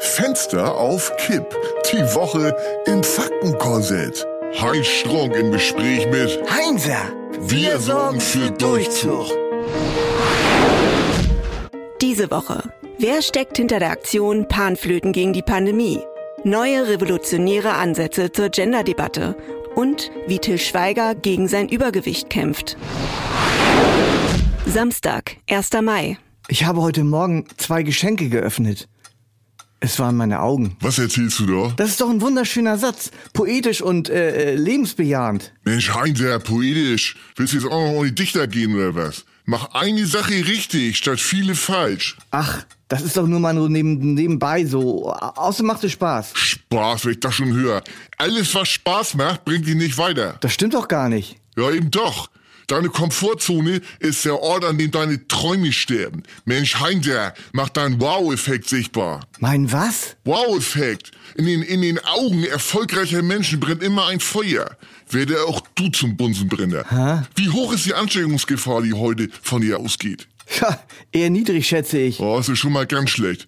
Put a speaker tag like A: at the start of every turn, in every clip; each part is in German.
A: Fenster auf Kipp. Die Woche im Faktenkorsett. Heinz Strunk im Gespräch mit
B: Heinzer,
A: Wir sorgen für Durchzug.
C: Diese Woche. Wer steckt hinter der Aktion Panflöten gegen die Pandemie? Neue revolutionäre Ansätze zur Gender-Debatte und wie Till Schweiger gegen sein Übergewicht kämpft. Samstag, 1. Mai.
B: Ich habe heute Morgen zwei Geschenke geöffnet. Es waren meine Augen.
A: Was erzählst du da?
B: Das ist doch ein wunderschöner Satz. Poetisch und äh, äh, lebensbejahend.
A: Mensch, Heinzer, poetisch. Willst du jetzt auch noch in die Dichter gehen oder was? Mach eine Sache richtig, statt viele falsch.
B: Ach, das ist doch nur mal so neben, nebenbei so. Au- Außerdem macht es Spaß.
A: Spaß, wenn ich das schon höre. Alles, was Spaß macht, bringt ihn nicht weiter.
B: Das stimmt doch gar nicht.
A: Ja, eben doch. Deine Komfortzone ist der Ort, an dem deine Träume sterben. Mensch, Heinzer, mach deinen Wow-Effekt sichtbar.
B: Mein was?
A: Wow-Effekt. In den, in den Augen erfolgreicher Menschen brennt immer ein Feuer. Werde auch du zum Bunsenbrenner. Wie hoch ist die Ansteckungsgefahr, die heute von dir ausgeht?
B: Tja, eher niedrig, schätze ich.
A: Oh, das ist schon mal ganz schlecht.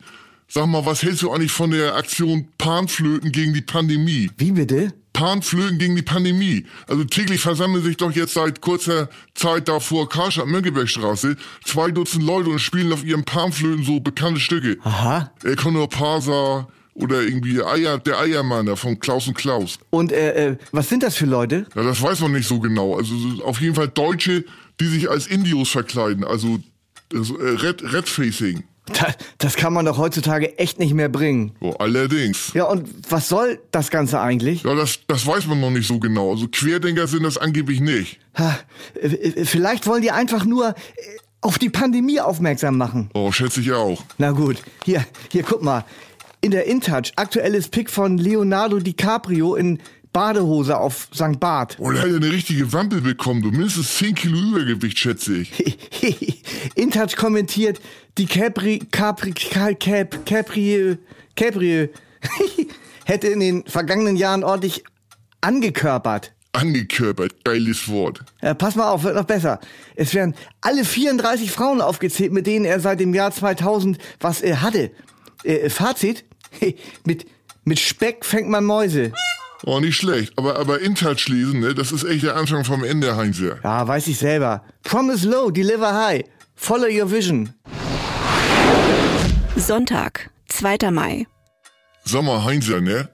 A: Sag mal, was hältst du eigentlich von der Aktion Panflöten gegen die Pandemie?
B: Wie bitte?
A: Panflöten gegen die Pandemie. Also täglich versammeln sich doch jetzt seit kurzer Zeit da vor Karstadt Mönckebergstraße zwei Dutzend Leute und spielen auf ihren Panflöten so bekannte Stücke.
B: Aha.
A: Econor Parser oder irgendwie Eier, der Eiermann da von Klaus und Klaus.
B: Und äh, äh, was sind das für Leute?
A: Ja, das weiß man nicht so genau. Also es ist auf jeden Fall Deutsche, die sich als Indios verkleiden. Also das, äh, Red, Redfacing.
B: Da, das kann man doch heutzutage echt nicht mehr bringen.
A: Oh, allerdings.
B: Ja, und was soll das Ganze eigentlich?
A: Ja, das, das weiß man noch nicht so genau. Also Querdenker sind das angeblich nicht.
B: Ha, äh, äh, vielleicht wollen die einfach nur äh, auf die Pandemie aufmerksam machen.
A: Oh, schätze ich auch.
B: Na gut, hier, hier, guck mal. In der InTouch, aktuelles Pick von Leonardo DiCaprio in Badehose auf St. Barth.
A: Oh, der hat ja eine richtige Wampe bekommen. Du mindestens 10 Kilo Übergewicht, schätze ich.
B: InTouch kommentiert, die Capri, Capri, Cap, Cap, Capri, Capri hätte in den vergangenen Jahren ordentlich angekörpert.
A: Angekörpert, geiles Wort.
B: Äh, pass mal auf, wird noch besser. Es werden alle 34 Frauen aufgezählt, mit denen er seit dem Jahr 2000 was er hatte. Äh, Fazit, mit, mit Speck fängt man Mäuse.
A: Oh, nicht schlecht. Aber, aber InTouch lesen, ne? Das ist echt der Anfang vom Ende, Heinzer.
B: Ja, weiß ich selber. Promise low, deliver high. Follow your vision.
C: Sonntag, 2. Mai.
A: Sag mal, Heinzer, ne?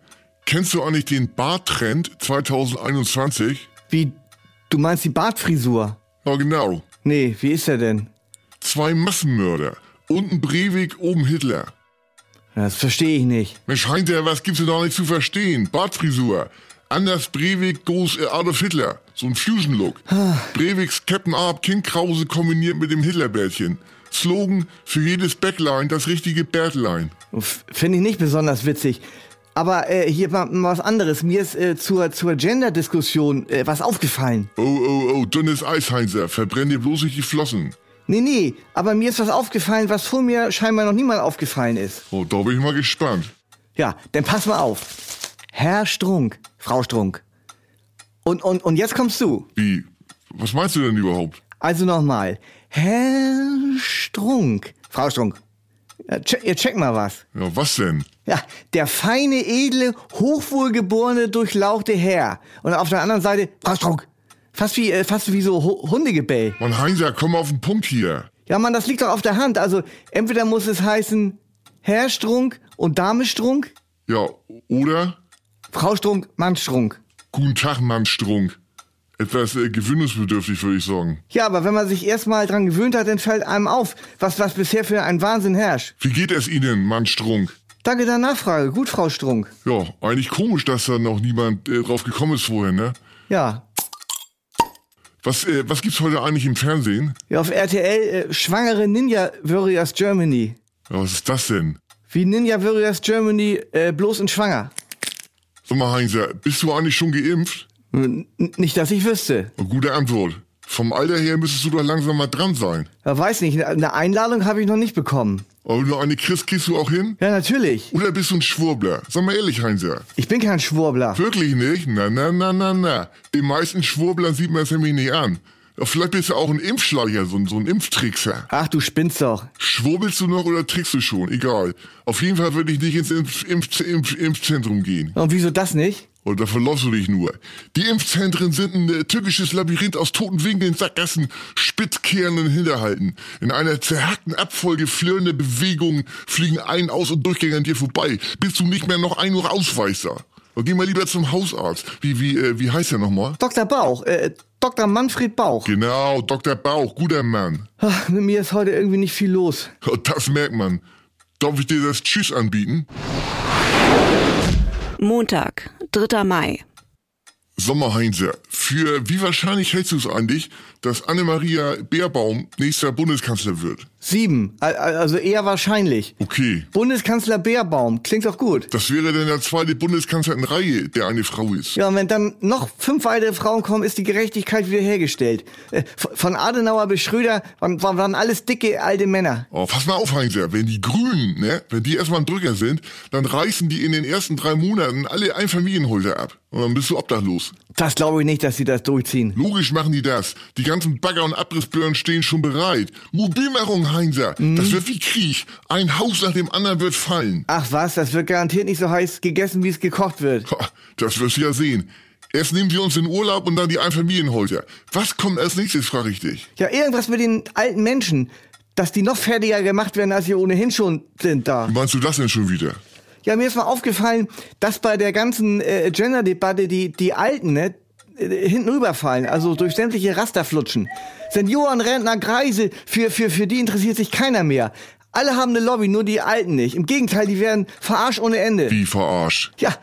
A: Kennst du eigentlich den Bartrend 2021?
B: Wie, du meinst die Bartfrisur?
A: Ja, genau.
B: Nee, wie ist er denn?
A: Zwei Massenmörder. Unten Breivik, oben Hitler.
B: Das verstehe ich nicht.
A: Mensch, Heinzer, was gibt's denn da nicht zu verstehen? Bartfrisur. Anders Breivik, Groß äh, Adolf Hitler. So ein Fusion-Look. Breiviks Captain Arp, King Krause kombiniert mit dem Hitlerbärtchen. Slogan, für jedes Backline das richtige Bärtlein.
B: F- Finde ich nicht besonders witzig. Aber äh, hier mal, mal was anderes. Mir ist äh, zur, zur Gender-Diskussion äh, was aufgefallen.
A: Oh, oh, oh, dünnes Eis, Heinzer. Verbrenn dir bloß nicht die Flossen.
B: Nee, nee, aber mir ist was aufgefallen, was vor mir scheinbar noch niemand aufgefallen ist.
A: Oh, da bin ich mal gespannt.
B: Ja, dann pass mal auf. Herr Strunk, Frau Strunk. Und, und, und jetzt kommst du.
A: Wie? Was meinst du denn überhaupt?
B: Also nochmal. Herr Strunk. Frau Strunk. Ja, check, ihr checkt mal was.
A: Ja, was denn?
B: Ja, der feine, edle, hochwohlgeborene, durchlauchte Herr. Und auf der anderen Seite, Frau Strunk. Fast wie, äh, fast wie so Hu- Hundegebell.
A: Mann, Heinzer, komm auf den Punkt hier.
B: Ja, Mann, das liegt doch auf der Hand. Also, entweder muss es heißen, Herr Strunk und Dame Strunk,
A: Ja, oder?
B: Frau Strunk, Mann Strunk.
A: Guten Tag, Mann Strunk. Etwas äh, gewöhnungsbedürftig, würde ich sagen.
B: Ja, aber wenn man sich erstmal dran gewöhnt hat, dann fällt einem auf, was, was bisher für ein Wahnsinn herrscht.
A: Wie geht es Ihnen, Mann Strunk?
B: Danke der Nachfrage. Gut, Frau Strunk.
A: Ja, eigentlich komisch, dass da noch niemand äh, drauf gekommen ist vorher, ne?
B: Ja,
A: Was, äh, was gibt's heute eigentlich im Fernsehen?
B: Ja, auf RTL äh, Schwangere Ninja Warriors Germany.
A: Ja, was ist das denn?
B: Wie Ninja Warriors Germany äh, bloß in Schwanger.
A: Sag mal, Heinzer, bist du eigentlich schon geimpft?
B: N n- nicht, dass ich wüsste.
A: Eine gute Antwort. Vom Alter her müsstest du doch langsam mal dran sein.
B: Ja, weiß nicht, eine Einladung habe ich noch nicht bekommen.
A: Aber wenn du eine kriegst, gehst du auch hin?
B: Ja, natürlich.
A: Oder bist du ein Schwurbler? Sag mal ehrlich, Heinzer.
B: Ich bin kein Schwurbler.
A: Wirklich nicht? Na, na, na, na, na. Den meisten Schwurblern sieht man es nämlich nicht an. Ja, Vielleicht bist du auch ein Impfschleicher, so, ein- so ein Impftrickser.
B: Ach, du spinnst doch.
A: Schwurbelst du noch oder trickst du schon? Egal. Auf jeden Fall würde ich nicht ins Impf Impf Impf Impfzentrum gehen.
B: Und wieso das nicht?
A: Und da verläufst du dich nur. Die Impfzentren sind ein äh, tückisches Labyrinth aus toten Winkeln, Sackgassen, spitzkehrenden Hinterhalten. In einer zerhackten Abfolge flirrender Bewegungen fliegen ein, aus und Durchgänge an dir vorbei, bis du nicht mehr noch ein Uhr ausweist. da. Dann Geh mal lieber zum Hausarzt. Wie, wie, äh, wie heißt der nochmal?
B: Dr. Bauch, äh, Dr. Manfred Bauch.
A: Genau, Dr. Bauch, guter Mann.
B: Ach, mit mir ist heute irgendwie nicht viel los.
A: Und Das merkt man. Darf ich dir das Tschüss anbieten?
C: Montag, 3. Mai.
A: Sommerheinzer, für wie wahrscheinlich hältst du es eigentlich, dass Annemaria Beerbaum nächster Bundeskanzler wird?
B: Sieben. Al- al- Also eher wahrscheinlich.
A: Okay.
B: Bundeskanzler Beerbaum. Klingt doch gut.
A: Das wäre dann der zweite Bundeskanzler in Reihe, der eine Frau ist.
B: Ja, und wenn dann noch fünf weitere Frauen kommen, ist die Gerechtigkeit wiederhergestellt. Äh, v- Von Adenauer bis Schröder waren, waren waren alles dicke alte Männer.
A: Oh, pass mal auf, Heinzer, wenn die Grünen, ne, wenn die erstmal ein Drücker sind, dann reißen die in den ersten drei Monaten alle Einfamilienhäuser ab. Und dann bist du obdachlos.
B: Das glaube ich nicht, dass sie das durchziehen.
A: Logisch machen die das. Die ganzen Bagger und Abrissbirnen stehen schon bereit. Mobilmachung, Heinzer. Das wird wie Krieg. Ein Haus nach dem anderen wird fallen.
B: Ach was, das wird garantiert nicht so heiß gegessen, wie es gekocht wird.
A: Ha, Das wirst du ja sehen. Erst nehmen wir uns in Urlaub und dann die Einfamilienhäuser. Was kommt als nächstes, frage ich dich.
B: Ja, irgendwas mit den alten Menschen, dass die noch fertiger gemacht werden, als sie ohnehin schon sind da.
A: Wie meinst du das denn schon wieder?
B: Ja, mir ist mal aufgefallen, dass bei der ganzen äh, Gender-Debatte die, die Alten ne, äh, hinten rüberfallen, also durch sämtliche Raster flutschen. Senioren, Rentner, Greise, für, für, für die interessiert sich keiner mehr. Alle haben eine Lobby, nur die Alten nicht. Im Gegenteil, die werden verarscht ohne Ende.
A: Wie verarscht.
B: Ja,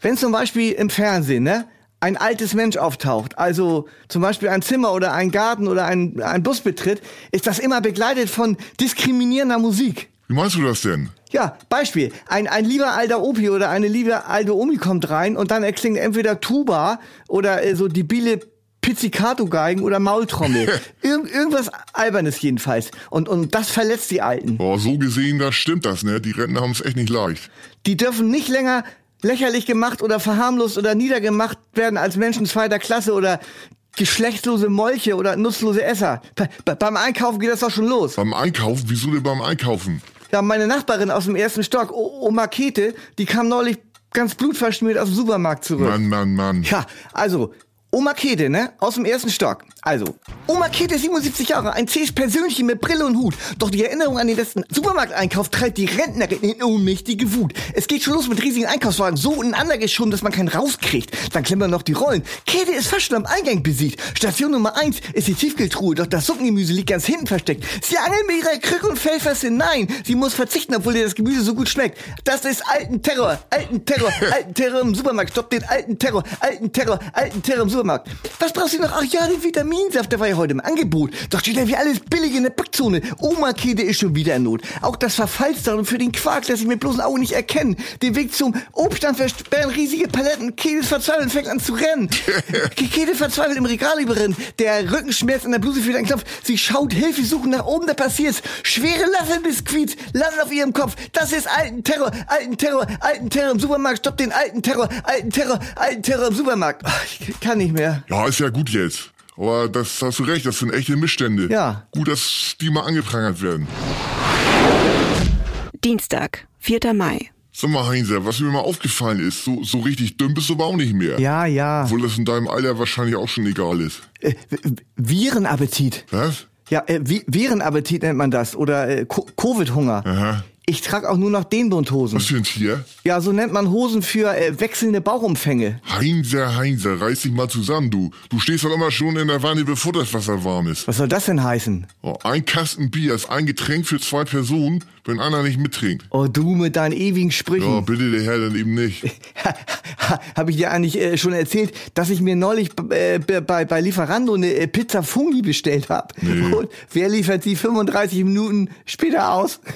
B: wenn zum Beispiel im Fernsehen, ne? ein altes Mensch auftaucht, also zum Beispiel ein Zimmer oder ein Garten oder ein, ein Bus betritt, ist das immer begleitet von diskriminierender Musik.
A: Wie meinst du das denn?
B: Ja, Beispiel. Ein, ein lieber alter Opi oder eine liebe alte Omi kommt rein und dann erklingt entweder Tuba oder äh, so die Biele Pizzicato-Geigen oder Maultrommel. Irgend, irgendwas Albernes jedenfalls. Und, und das verletzt die Alten.
A: Oh, so gesehen, das stimmt das, ne? Die Rentner haben es echt nicht leicht.
B: Die dürfen nicht länger lächerlich gemacht oder verharmlost oder niedergemacht werden als Menschen zweiter Klasse oder geschlechtslose Molche oder nutzlose Esser. Bei- bei- beim Einkaufen geht das doch schon los.
A: Beim Einkaufen? Wieso denn beim Einkaufen?
B: Ja, meine Nachbarin aus dem ersten Stock, o Oma Kete, die kam neulich ganz blutverschmiert aus dem Supermarkt zurück.
A: Mann, Mann, Mann.
B: Ja, also, Oma Kete, ne? Aus dem ersten Stock. Also, Oma Kete ist 77 Jahre, ein zähes Persönchen mit Brille und Hut. Doch die Erinnerung an den letzten Supermarkteinkauf treibt die Rentnerin in ohnmächtige Wut. Es geht schon los mit riesigen Einkaufswagen, so ineinander geschoben, dass man keinen rauskriegt. Dann klemmen noch die Rollen. Kete ist fast schon am Eingang besiegt. Station Nummer 1 ist die Tiefkühltruhe, doch das Suppengemüse liegt ganz hinten versteckt. Sie angelt mit ihrer Krücke und fällt fast hinein. Sie muss verzichten, obwohl ihr das Gemüse so gut schmeckt. Das ist alten Terror, alten Terror, alten Terror im Supermarkt. Stopp den alten Terror, alten Terror, alten Terror im Supermarkt. Was brauchst du noch? Ach ja, den Vitaminsaft, der war ja heute im Angebot. Doch steht ja wie alles billig in der Backzone. Oma Kete ist schon wieder in Not. Auch das Verfallsdatum für den Quark lässt sich mit bloßen Augen nicht erkennen. Den Weg zum Obststand versperren riesige Paletten. Kete ist verzweifelt und fängt an zu rennen. Kete verzweifelt im Regal überrennen. Der Rückenschmerz in der Bluse führt einen Knopf. Sie schaut Hilfe suchen nach oben, da passiert's. Schwere Lasselbiskuits landen auf ihrem Kopf. Das ist alten Terror, alten Terror, alten Terror im Supermarkt. Stopp den alten Terror, alten Terror, alten Terror im Supermarkt. Ach, ich kann nicht mehr.
A: Ja, ist ja gut jetzt. Aber das hast du recht, das sind echte Missstände.
B: Ja.
A: Gut, dass die mal angeprangert werden.
C: Dienstag, 4. Mai.
A: Sag mal, Heinzer, was mir mal aufgefallen ist, so, so richtig dünn bist du aber auch nicht mehr.
B: Ja, ja.
A: Obwohl das in deinem Alter wahrscheinlich auch schon egal ist.
B: Äh, w- Virenappetit.
A: Was?
B: Ja, äh, Vi- Virenappetit nennt man das. Oder äh, Co- Covid-Hunger.
A: Aha.
B: Ich trage auch nur noch Dehnbundhosen.
A: Was für ein Tier?
B: Ja, so nennt man Hosen für äh, wechselnde Bauchumfänge.
A: Heinzer, Heinzer, reiß dich mal zusammen, du. Du stehst doch immer schon in der Wanne, bevor das Wasser warm ist.
B: Was soll das denn heißen?
A: Oh, ein Kasten Bier ist ein Getränk für zwei Personen, wenn einer nicht mittrinkt.
B: Oh, du mit deinen ewigen
A: Ja,
B: Sprüchen.
A: bitte der Herr dann eben nicht.
B: Habe ich dir eigentlich äh, schon erzählt, dass ich mir neulich b- äh, b- bei, bei Lieferando eine äh, Pizza Fungi bestellt habe? Und wer liefert sie 35 Minuten später aus?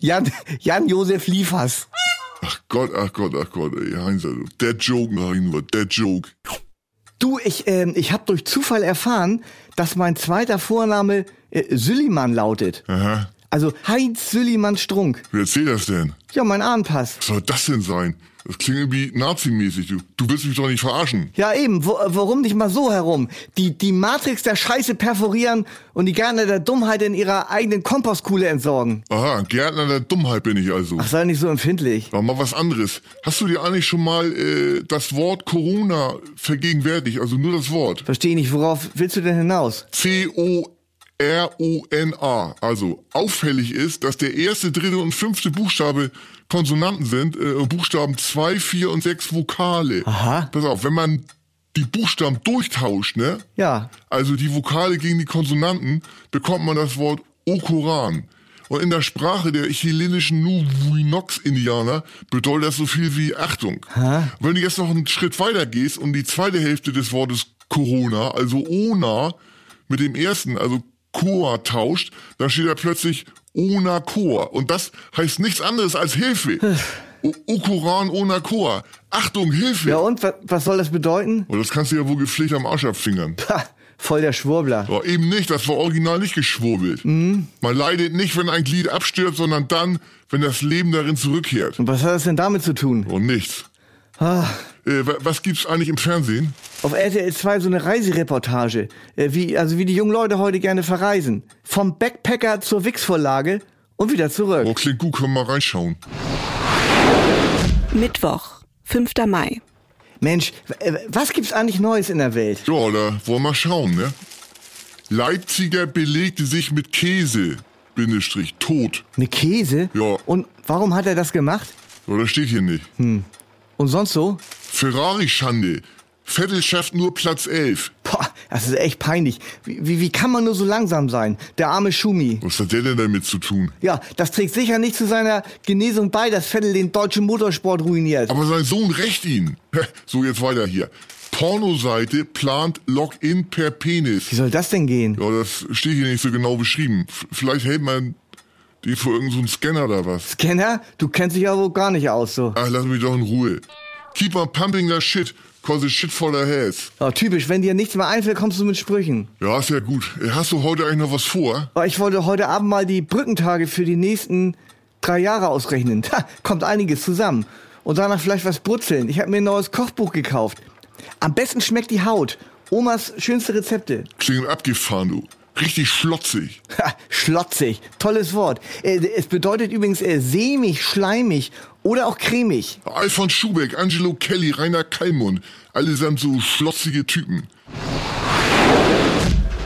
B: Jan, Jan-Josef Liefers.
A: Ach Gott, ach Gott, ach Gott, ey, Heinzer, du. Der Joke mach ich nur, der Joke.
B: Du, ich, ähm, ich habe durch Zufall erfahren, dass mein zweiter Vorname äh, Sülliman lautet.
A: Aha.
B: Also Heinz Sülliman Strunk.
A: Wer erzählt das denn?
B: Ja, mein Ahnenpass.
A: Was soll das denn sein? Das klingt irgendwie nazimäßig. Du, du willst mich doch nicht verarschen.
B: Ja, eben. Wo, warum nicht mal so herum? Die, die Matrix der Scheiße perforieren und die Gärtner der Dummheit in ihrer eigenen Kompostkuhle entsorgen.
A: Aha, Gärtner der Dummheit bin ich also.
B: Ach, sei nicht so empfindlich.
A: Aber mal was anderes. Hast du dir eigentlich schon mal äh, das Wort Corona vergegenwärtigt? Also nur das Wort.
B: Verstehe nicht, worauf willst du denn hinaus?
A: C-O-R-O-N-A. Also auffällig ist, dass der erste, dritte und fünfte Buchstabe Konsonanten sind äh, und Buchstaben zwei, vier und sechs Vokale.
B: Aha.
A: Pass auf, wenn man die Buchstaben durchtauscht, ne?
B: Ja.
A: Also die Vokale gegen die Konsonanten, bekommt man das Wort Okoran. Und in der Sprache der chilenischen Nuwinox-Indianer bedeutet das so viel wie Achtung. Wenn du jetzt noch einen Schritt weiter gehst und die zweite Hälfte des Wortes Corona, also Ona, mit dem ersten, also Coa tauscht, dann steht da plötzlich Ona Coa. Und das heißt nichts anderes als Hilfe. O- Okoran Ona Coa. Achtung, Hilfe.
B: Ja und, wa- was soll das bedeuten?
A: Und das kannst du ja wohl gepflegt am Arsch abfingern.
B: Ha, voll der Schwurbler.
A: Aber eben nicht, das war original nicht geschwurbelt. Man leidet nicht, wenn ein Glied abstirbt, sondern dann, wenn das Leben darin zurückkehrt.
B: Und was hat das denn damit zu tun?
A: Und nichts.
B: Ah,
A: Äh, wa- was gibt's eigentlich im Fernsehen?
B: auf RTL 2 so eine Reisereportage. Äh, wie, also wie die jungen Leute heute gerne verreisen. Vom Backpacker zur Wix-Vorlage und wieder zurück.
A: Oh, klingt gut, können wir mal reinschauen.
C: Mittwoch, 5. Mai.
B: Mensch, w- äh, was gibt's eigentlich Neues in der Welt?
A: Ja, da wollen wir schauen, ne? Leipziger belegte sich mit Käse, Bindestrich, tot.
B: Eine Käse?
A: Ja.
B: Und warum hat er das gemacht?
A: Ja, das steht hier nicht.
B: Und sonst so?
A: Ferrari-Schande. Vettel schafft nur Platz 11.
B: Boah, das ist echt peinlich. Wie, wie, wie kann man nur so langsam sein? Der arme Schumi.
A: Was hat der denn damit zu tun?
B: Ja, das trägt sicher nicht zu seiner Genesung bei, dass Vettel den deutschen Motorsport ruiniert.
A: Aber sein Sohn rächt ihn. So, jetzt weiter hier. Pornoseite plant Login per
B: Wie
A: Penis.
B: soll das denn gehen?
A: Ja, das steht hier nicht so genau beschrieben. F vielleicht hält man die vor irgendeinem Scanner oder was.
B: Scanner, du kennst dich ja wohl gar nicht aus so.
A: Ach, lass mich doch in Ruhe. Keep on pumping that shit, cause it's shit for the ass.
B: Ja, typisch, wenn dir nichts mehr einfällt, kommst du mit Sprüchen.
A: Ja, ist ja gut. Äh, Hast du heute eigentlich noch was vor?
B: Aber ich wollte heute Abend mal die Brückentage für die nächsten drei Jahre ausrechnen. Da kommt einiges zusammen. Und danach vielleicht was brutzeln. Ich habe mir ein neues Kochbuch gekauft. Am besten schmeckt die Haut. Omas schönste Rezepte.
A: Klingt abgefahren, du. Richtig schlotzig.
B: Ha, schlotzig. Tolles Wort. Äh, es bedeutet übrigens äh, sämig, schleimig oder auch cremig.
A: Alfons Schubeck, Angelo Kelly, Rainer Kallmund. Allesamt so schlotzige Typen.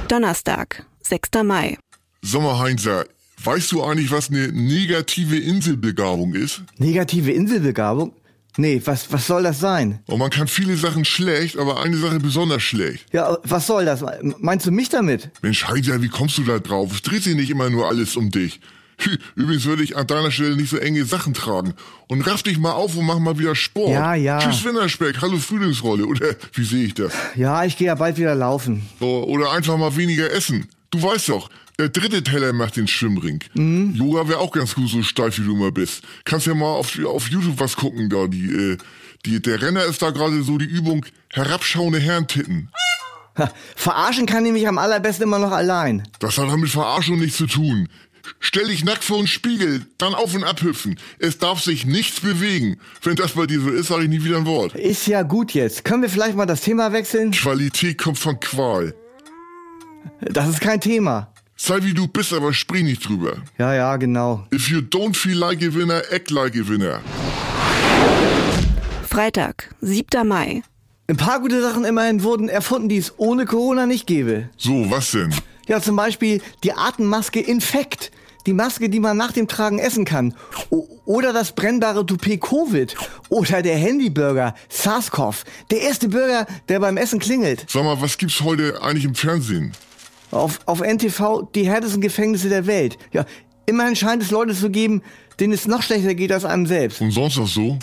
C: Donnerstag, 6. Mai.
A: Sag mal, Heinzer, weißt du eigentlich, was eine negative Inselbegabung ist?
B: Negative Inselbegabung? Nee, was, was soll das sein?
A: Und man kann viele Sachen schlecht, aber eine Sache besonders schlecht.
B: Ja, was soll das? Meinst du mich damit?
A: Mensch, Heinzer, wie kommst du da drauf? Es dreht sich nicht immer nur alles um dich. Hü, Übrigens würde ich an deiner Stelle nicht so enge Sachen tragen. Und raff dich mal auf und mach mal wieder Sport.
B: Ja, ja.
A: Tschüss, Winterspeck. Hallo, Frühlingsrolle. Oder wie sehe ich das?
B: Ja, ich gehe ja bald wieder laufen.
A: So, Oder einfach mal weniger essen. Du weißt doch, der dritte Teller macht den Schwimmring. Yoga wäre auch ganz gut, so steif wie du immer bist. Kannst ja mal auf, auf YouTube was gucken da. Die, äh, die, der Renner ist da gerade so die Übung herabschauende Herrentitten.
B: Ha, verarschen kann ich mich am allerbesten immer noch allein.
A: Das hat doch mit Verarschung nichts zu tun. Stell dich nackt vor einen Spiegel, dann auf und abhüpfen. Es darf sich nichts bewegen. Wenn das bei dir so ist, sage ich nie wieder ein Wort.
B: Ist ja gut jetzt. Können wir vielleicht mal das Thema wechseln?
A: Qualität kommt von Qual.
B: Das ist kein Thema.
A: Sei wie du bist, aber sprich nicht drüber.
B: Ja, ja, genau.
A: If you don't feel like a winner, act like a winner.
C: Freitag, 7. Mai.
B: Ein paar gute Sachen immerhin wurden erfunden, die es ohne Corona nicht gäbe.
A: So, was denn?
B: Ja, zum Beispiel die Atemmaske Infekt. Die Maske, die man nach dem Tragen essen kann. O oder das brennbare Toupet Covid. Oder der Handyburger SARS-CoV. Der erste Burger, der beim Essen klingelt.
A: Sag mal, was gibt's heute eigentlich im Fernsehen?
B: Auf, auf NTV die härtesten Gefängnisse der Welt. Ja, immerhin scheint es Leute zu geben, denen es noch schlechter geht als einem selbst.
A: Und sonst noch so?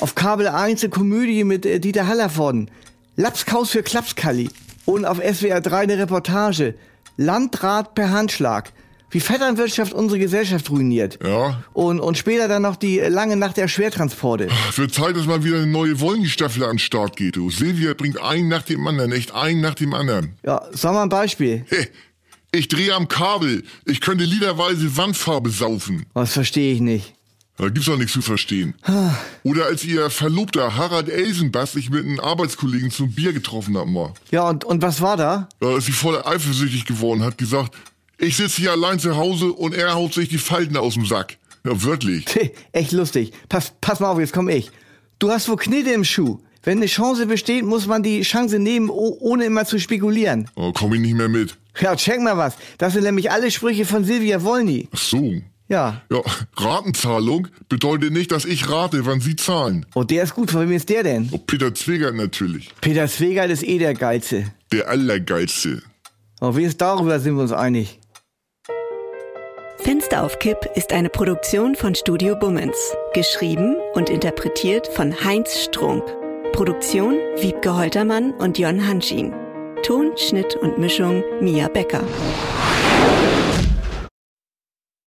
B: Auf Kabel 1 eine Komödie mit äh, Dieter Hallervorden. Lapskaus für Klapskalli. Und auf SWR 3 eine Reportage. Landrat per Handschlag. Wie Vetternwirtschaft unsere Gesellschaft ruiniert.
A: Ja.
B: Und, und später dann noch die lange Nacht der Schwertransporte.
A: Für Zeit, dass mal wieder eine neue Wollny-Staffel an den Start geht. Du. Silvia bringt einen nach dem anderen, echt einen nach dem anderen.
B: Ja, sag mal ein Beispiel.
A: Hey, ich drehe am Kabel. Ich könnte liederweise Wandfarbe saufen.
B: Das verstehe ich nicht.
A: Da gibt's doch nichts zu verstehen. Oder als ihr Verlobter Harald Elsenbass sich mit einem Arbeitskollegen zum Bier getroffen hat mal.
B: Ja, und, und was war da?
A: Da ist sie voll eifersüchtig geworden, hat gesagt, ich sitze hier allein zu Hause und er haut sich die Falten aus dem Sack. Ja, wörtlich.
B: Tch, echt lustig. Pass, pass mal auf, jetzt komm ich. Du hast wohl Knete im Schuh. Wenn eine Chance besteht, muss man die Chance nehmen, o- ohne immer zu spekulieren.
A: Oh, komm ich nicht mehr mit.
B: Ja, check mal was. Das sind nämlich alle Sprüche von Silvia Wollny.
A: Ach so.
B: Ja.
A: Ja, Ratenzahlung bedeutet nicht, dass ich rate, wann sie zahlen.
B: Und der ist gut. Von wem ist der denn?
A: Oh, Peter Zwegert natürlich.
B: Peter Zwegert ist eh der Geilste.
A: Der Allergeilste.
B: Auf wie darüber sind wir uns einig.
C: Fenster auf Kipp ist eine Produktion von Studio Bummens. Geschrieben und interpretiert von Heinz Strunk. Produktion Wiebke Holtermann und Jon Hanschin. Ton, Schnitt und Mischung Mia Becker.